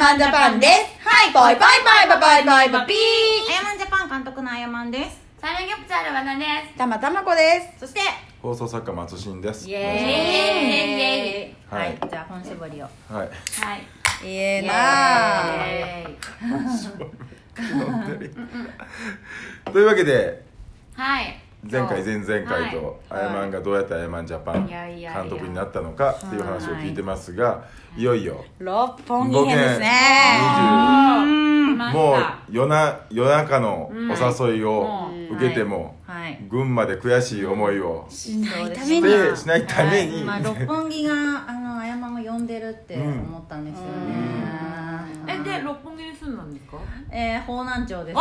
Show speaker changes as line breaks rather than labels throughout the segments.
マンジャパンです。はい、バイバイバイバイバイバイピ
あやまんジャパン監督のあやまんです
サムギョプチャル和田で
ー。たまたまこです。
そして
放送作家松新です。
イ
す。
エ
エーイ
は
はいいじゃあ本絞りを
は
は
い。
い。
言え
イ
なあ
エーイ
というわけで
はい。
前回前
全
々回とあやまんがどうやってあやまんジャパン
いやいやいや
監督になったのかっていう話を聞いてますが、いよいよ
六本木編ですね。
20も
も
う
う
夜な夜中のお誘いを
うん
受けても
はい
群馬で悔しい思いを
しない
た
し
めうんに
てしないために
まあ、六本木があのあやまんを呼んでるって思ったんですよね、
えで六本木に住んだんですか？
えー、方南町です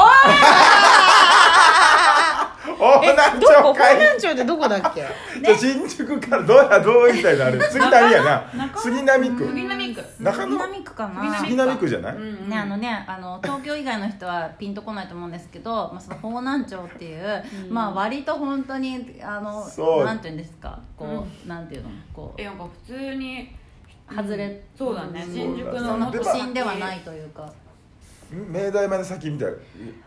おなんちょうかい
町ってどこだっけ？
じゃあ新宿からどうやどうみたいなあれ杉並やな杉並区
杉並区。
中野
南区かな
杉並区じゃない、
うん
ね、あのねあの東京以外の人はピンとこないと思うんですけど、まあ、その方南町っていう、まあ割と本当にあの
そう
なんていうんですかこう、なんていうのこう
えなんか普通に
外れ
そうだね新宿
そ
の
そんな都
でも
心ではないというか
明大前の先みたいな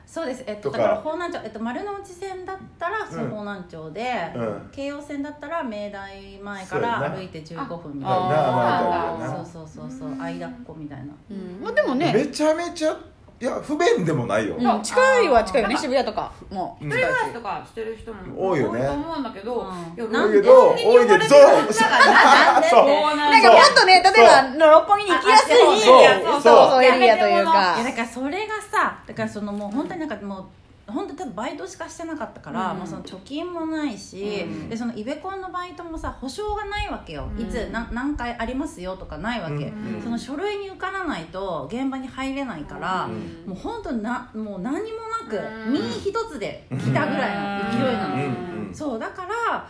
そうですえっと
とか
だから方南町、えっと、丸の内線だったらその
うん
方南町で、
うん
京葉線だったら明大前か
そうやな
ら歩いて15分みたいな
なあ
ー
なあ
そ
な
うそうそうそう間っこみたいな
うん、まあでもね、
めちゃめちゃいや不便でもないよ、
うん近いは近いよね渋谷とかもう。
うん
一人暮らしとかしてる人も
多いよね
と思うんだけど、
うん
いや
多いけど
六
多
本木に
いけ
呼ばれてる
どそう
方が
なんでって
そうなん
なんか
だ。
パッとね、例えば六本木に行きやすい
ああ
そうそう
そうそうエリアという
いやだ
か。
からそれがさだからそのもう本当になんかもう本当に多分バイトしかしてなかったから、
うん
もうその貯金もないし、
うん
でそのイベコンのバイトもさ保証がないわけよ、
うん
いつな何回ありますよとかないわけ、
うん
その書類に受からないと現場に入れないから、もう本当になもう何もなく、
うん
身一つで来たぐらいの勢いな
う
の、
んうん
そうだから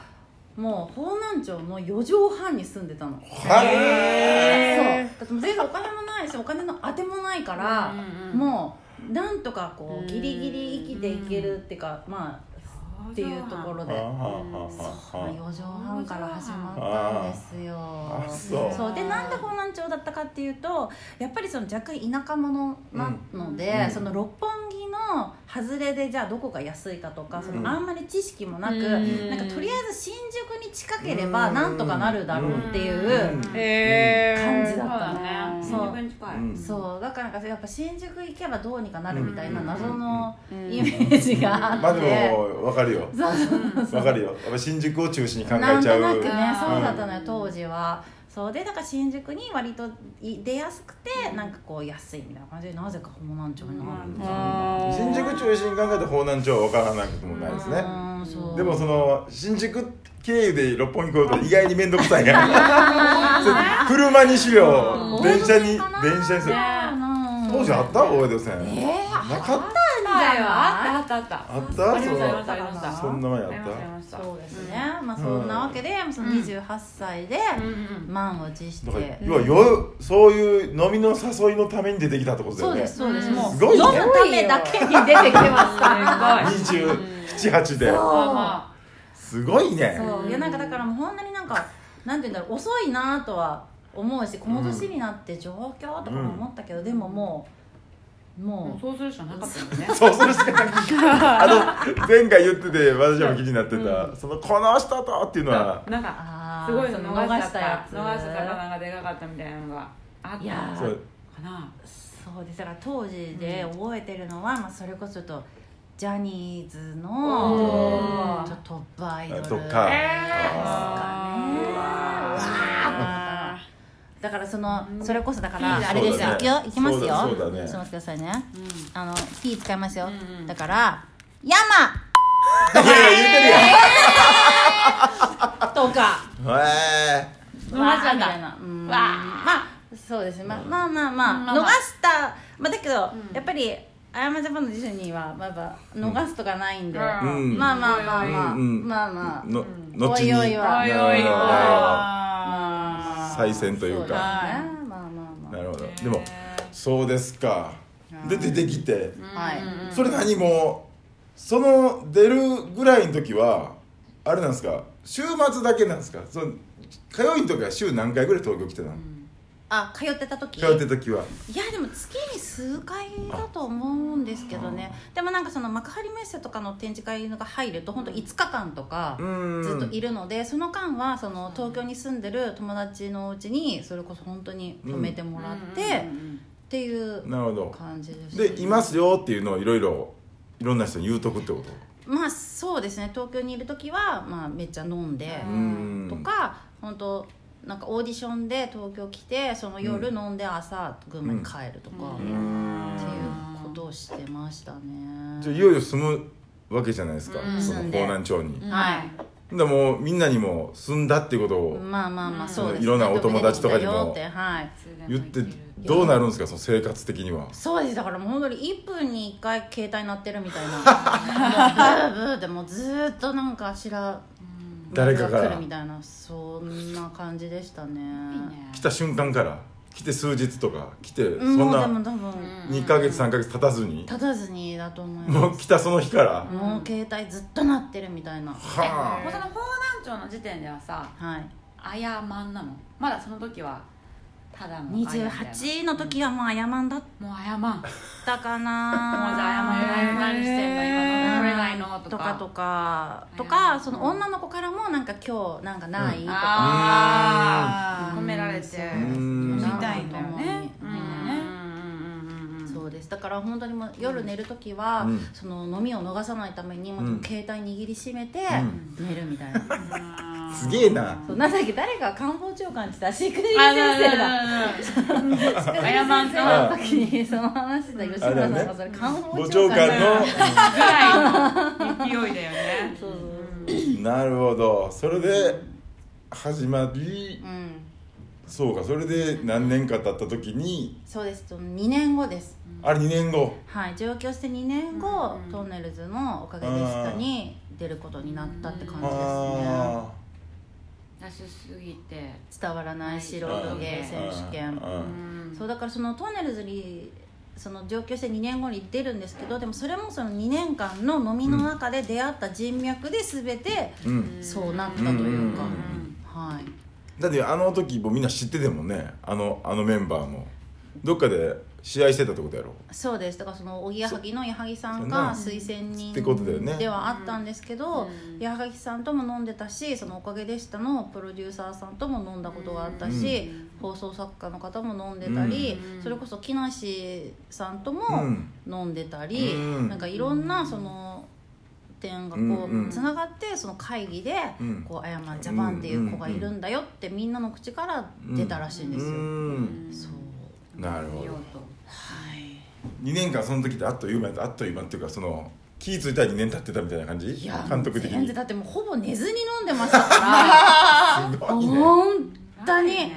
もう方南町の4畳半に住んでたの。
はい
そう
へ
だってもう全然お金もないしお金のあてもないから、
うんうん
もうなんとかこ
うん
うギリギリ生きていけるっていうか、まあっていうところで、
はあ
ま
はあはあ
あ、
は
4畳半から始まったんですよ
ああそう
そうでなんで方南町だったかっていうとやっぱりその若干田舎者なので、
うんうん
その六本木の外れでじゃあどこが安いかとか、そうの
ん
あんまり知識もなく、
うん
なんかとりあえず新宿に近ければなんとかなるだろうっていう。
うん
へー
感じだ
そう
っ
だ
た
ね。
そう
新宿に近い。
うん
そうだからなんかやっぱ新宿行けばどうにかなるみたいな
うん
謎の
うん
イメージがあって、
まあでも分かるよ
そうそう
分かるよやっぱ新宿を中心に考え
なん
ち
と
ゃ
な
う
くねそう
うん
だったのよ当時は。そうでだから新宿に割とい出やすくてなんかこう安いみたいな感じでなぜか方南町になるんですよ
あー
新宿中心に考えて方南町は分からなくもないですね
うんそう
でもその新宿経由で六本木来ると意外に面倒くさいからそう車にしろ電車に電車にす
う
る
ん
当時あった大江戸線なかった
だよ。あったあったあった。
あっ
あ
た
り
そ
ましたありま
の
したありました。
そんな前や
あり
っ
ましたあり
た
ました。
そうですね、まあそんなわけで、その28歳で
うんうん。
満を持して、
だから要は夜そういう飲みの誘いのために出てきたってことだ
そ
よ
う
ね
ですそうです、もう
すごいね
飲むためだけに出てきまし
すごい
た
278で
まあまあ
すごいね
そういやなんかだからもうほんなになんかなんて言うんだろう遅いなとは思うしこの年になって状況とかも思ったけど、でももう
も
も
うそうするしかなかったよね。
そうするしかないあ の前回言ってて私も気になってたそのこの人とっていうのは
なん
う
か
あー
すごいの
その
逃しちゃっ
したや
た
つ
逃した魚がでかかったみたいなのがあった
いやー
そう
かな。
そうですだから当時で覚えてるのは、まあ、それこそちょっとジャニーズ
お
の
ー
ちょっとトップアイドル
とか
ね
あー
うわーと思ったらだからそのそれこそだから
いいね
あれですよ、い
そうだ
く
ね
よいきますよ
そうだそうだね
ちょっと待ってくださいねあの火使いますよ、
うんうん
だから「山
いやいや言うてるやん」
とか
へ
逃しちゃった
みたいなうん
わー
まあそうですねまあまあまあまあ
うんまあまあ
逃したまあだけどやっぱり「あやまジャパン」の辞書にはまだ逃すとかないんで
うん
まあ
うん
まあまあまあまあ
うん
まあ
ー
まあ
の
お
後に
いおいは
おいおい
なるほど
は
まあ
再選という
そ
か
ですねまあまあま
なるほどでもそうですかで出てきて
あはい
それ何もうその出るぐらいの時はあれなんですか週末だけなんですかその火曜日の時は週何回ぐらい東京来てたの
あ通ってた時
通ってた時はい
やでも月に数回だと思うんですけどねでもなんかその幕張メッセとかの展示会が入ると本当5日間とか
うん
ずっといるのでその間はその東京に住んでる友達のうちにそれこそ本当に泊めてもらってっていう
なるほど
感じでしたね
でいますよっていうのをいろいろいろんな人に言うとくってこと
まあそうですね東京にいる時は、まあ、めっちゃ飲んで
う
うん
とか本当なんかオーディションで東京来てその夜飲んで朝群馬に帰るとか、
う
う
っていうんことをしてましたね
じゃあいよいよ住むわけじゃないですか、
うん
その
住ん
江
で
南町に、
うん
はい
でもうみんなにも住んだってことを
まあまあまあそうです、
いろんなお友達とかにも
東京来たよってはい
言ってどうなるんですかその生活的には
そうですだからもう本当に1分に1回携帯鳴ってるみたい なもうブーブーでもうずーっとなんかしら
誰かから
来るみたいなそんな感じでしたね
来た瞬間から来て数日とか来てそん
もうで
な
も多分
2ヶ月3ヶ月経たずに
立たずにだと思い
も
ま
う来たその日から
すもう携帯ずっと鳴ってるみたいな
は
もうその方南町の時点ではさ
はい
あやまんなのまだその時はただのあやみたいな
28の時はもう謝んだっ
もうあやまんもう
たか
じゃあ
な
あやまん何してんの今の取れないの
と
と
か
か
とかと
う
か
ん
その女の子からもなんか今日なんかないとか、
あー
うん
褒められて
うん
そ
み
う
た
ないん
な
だよね
う
み
ん
んなね
うんうんうんうん
そうですだから本当にもう夜寝る時は、
うん
その飲みを逃さないためにもう
うん
携帯握りしめて
う
寝るみたいな、
あー
すげえな
そうなんだっけ誰が官房長官ってたしくじり先
あら
生
ら
だ
ららあやまんと
あ
その時にその話した吉村さんがそれ官
ご
房
長
長官
官
だ
の
ぐらいの勢いだよね
そうそう
なるほどそれで始まり
うん
そうかそれで何年か経った時に
そうですその2年後です
あれ2年後
はい上京して2年後、
うん
トンネルズの「おかげでした」に出ることになったって感じですね
あ
安すぎて
伝わらない素人芸選手権
あ
うん
そうだからそのトンネルズにその上京して2年後に出るんですけどでもそれもその2年間の飲みの中で出会った人脈で全て
うん
そうなったというか、
うん
はい
だってあの時もうみんな知っててもんねあのあのメンバーもどっかで試合してたってことやろ
そうですだからそのおぎやはぎの矢作さんが推薦人
ってことだよね
ではあったんですけど
うん
矢作さんとも飲んでたし「そのおかげでした」のプロデューサーさんとも飲んだことがあったし、放送作家の方も飲んでたり、
うん
それこそ木梨さんとも
うん
飲んでたり、
うん
なんかいろんなその点がこ
うんうん
うつながってその会議で
うん
こう「あやまんジャパン」っていう子がいるんだよってみんなの口から出たらしいんですよ。
うん
そう
なるほ
は
ど
い
2年間その時であっという間やったあっという間っていうかその気ぃ付いたら2年経ってたみたいな感じ
いや
監督的
全
に
然だってもうほぼ寝ずに飲んでました か
す
ら
ごいね
本当に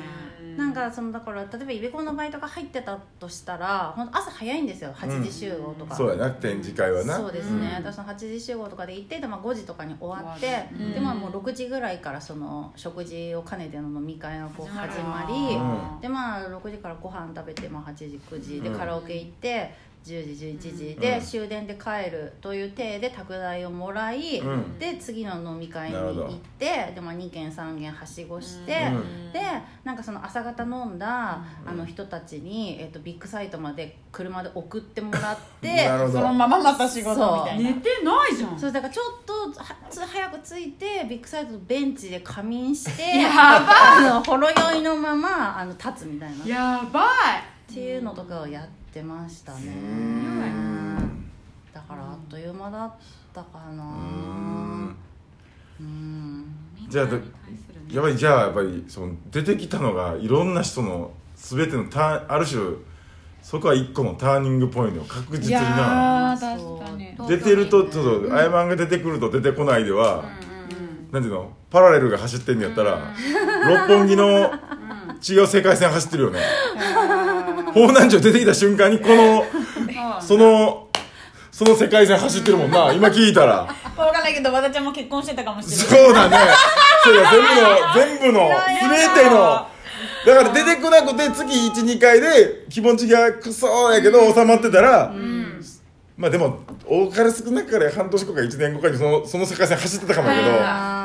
なんかそのだから例えばイベコンのバイトが入ってたとしたら本当朝早いんですよ8時集合とか、
そうやな展示会はな
そうですね、
うん
私の8時集合とかで行ってで、まあ、5時とかに終わって
終わる
うん
で、まあ、もう6時ぐらいからその食事を兼ねての飲み会がこう始まり
うん
でまあ6時からご飯食べて、まあ、8時9時で
うん
カラオケ行って10時11時で、
うん
終電で帰るという体で宅代をもらい、
うん
で次の飲み会に
なる
行
ほど
ってで、まあ、2軒3軒はしごして、
うん
でなんかその朝方飲んだ、あの人たちに、えっとビッグサイトまで車で送ってもらって
なるほ
そ
ど
のまままた仕事みたいな
寝てないじゃん
そうだからちょっとはつ早く着いてビッグサイトのベンチで仮眠して
や
あのほろ酔いのままあの立つみたいなっ
やば
ていうのとかをやってましたね
うん
だからあっという間だったかなうん
い
じゃあ
みんなに対するね
やっぱりじゃあやっぱりその出てきたのがいろんな人の全てのターンある種そこは一個のターニングポイント確実にな
や
そう
ー確かに
出てるとちょっとあやまんが出てくると出てこないでは、
うん
なんていうのパラレルが走ってんのやったら、六本木の違う世界線走ってるよね方南町出てきた瞬間にこ
う
の
ん
そのその世界線走ってるもんな今聞いたら
わかんないけど和田ちゃんも結婚してたかもしれない
そうだねそうだ全部の全部の全てのだから出てこなくて月12回で気持ちがクソやけど収まってたら、まあでも多かれ少なかれ半年後か1年後かにそのその世界線走ってたかもやけど。
うん
あ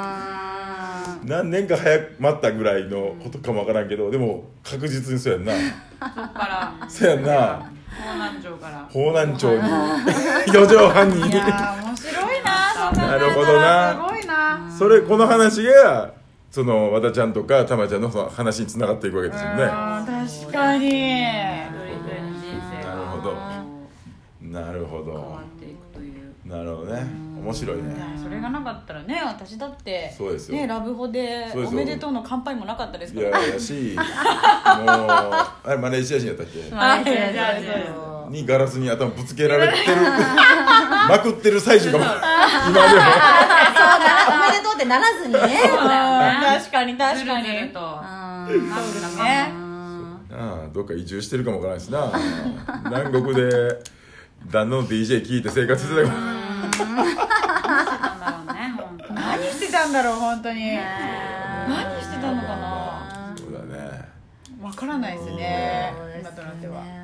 何年か早く待ったぐらいのことかもわからんけどでも確実にそうやんな
そっから
そうやんな
方南町から
方南町に四畳半に
いやー面白いなそん
なるほどな
すごいな
それこの話がその和田ちゃんとかたまちゃんのその話につながっていくわけですよね
あー確かに
一人一人の人生が
なるほど
こ
なるほ
う変
ど
わっていくと いう
なるほどね面白いね
それがなかったらね私だって
そうですよ
ねラブホで
そうですよ
おめでとうの乾杯もなかったです
い
から
ややしもうあれマレーシア人やったっけ
マレーシ
はい
ア人
そうです
にガラスに頭ぶつけられてるまくってる最中がもう今でも
そうだなおめでとうってならずにね
あー確かに確
ず
か
る
に
ずると
うん
マグナム
ね
ああどっか移住してるかもわからんしな南国で旦那の DJ 聞いて生活してたか
なんだろうね本当に
何してたんだろう本当に
ね
何してたのかな
らそうだね
わからないですね
そうです
今となっては
ね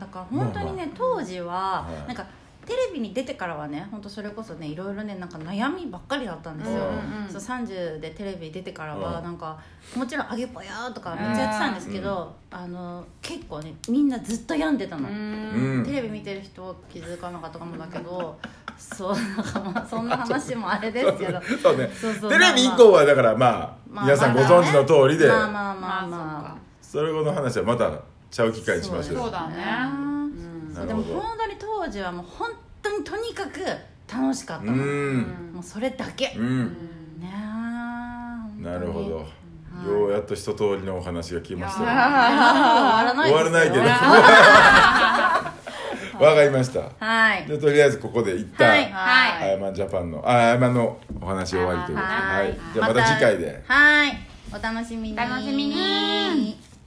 だから本当に
まあ
ね当時は
はい
なんかテレビに出てからはね本当それこそねいろいろねなんか悩みばっかりだったんですよ、
うん
そう30でテレビ出てからは
うん
なんかもちろん「あげぽよ」とかめっちゃやってたんですけど、あの結構ねみんなずっと病んでたの、
うん
テレビ見てる人は気づかなかったかもだけどそうなんかまあそんな話もあれですけ ど
そうね
そうそう
テレビ以降はだからまあ、
まあ
皆さんご存知の通りで、
まあまあまあまあ、
まあ
それ後の話はまたちゃう機会にしましょう
そうだね
うん
なる
で
ほ
も
ど
本当に当時はもう本当にとにかく楽しかった
う
の
ん
もうそれだけ、
う
ね
ん
え本当に
なるほど、
はい
ようやっと一通りのお話が聞きましたよ
いや
いやまだ
終
終わら
わ
な
らないい
で
け
す
ど
よ
わかりました
はい
でとりあえずここで一旦、
はい
ア
はい
ヤマンジャパンのあアヤマンのお話終わりということで、
はい
はい、じゃあまた次回で。
はいお楽しみに
楽しみに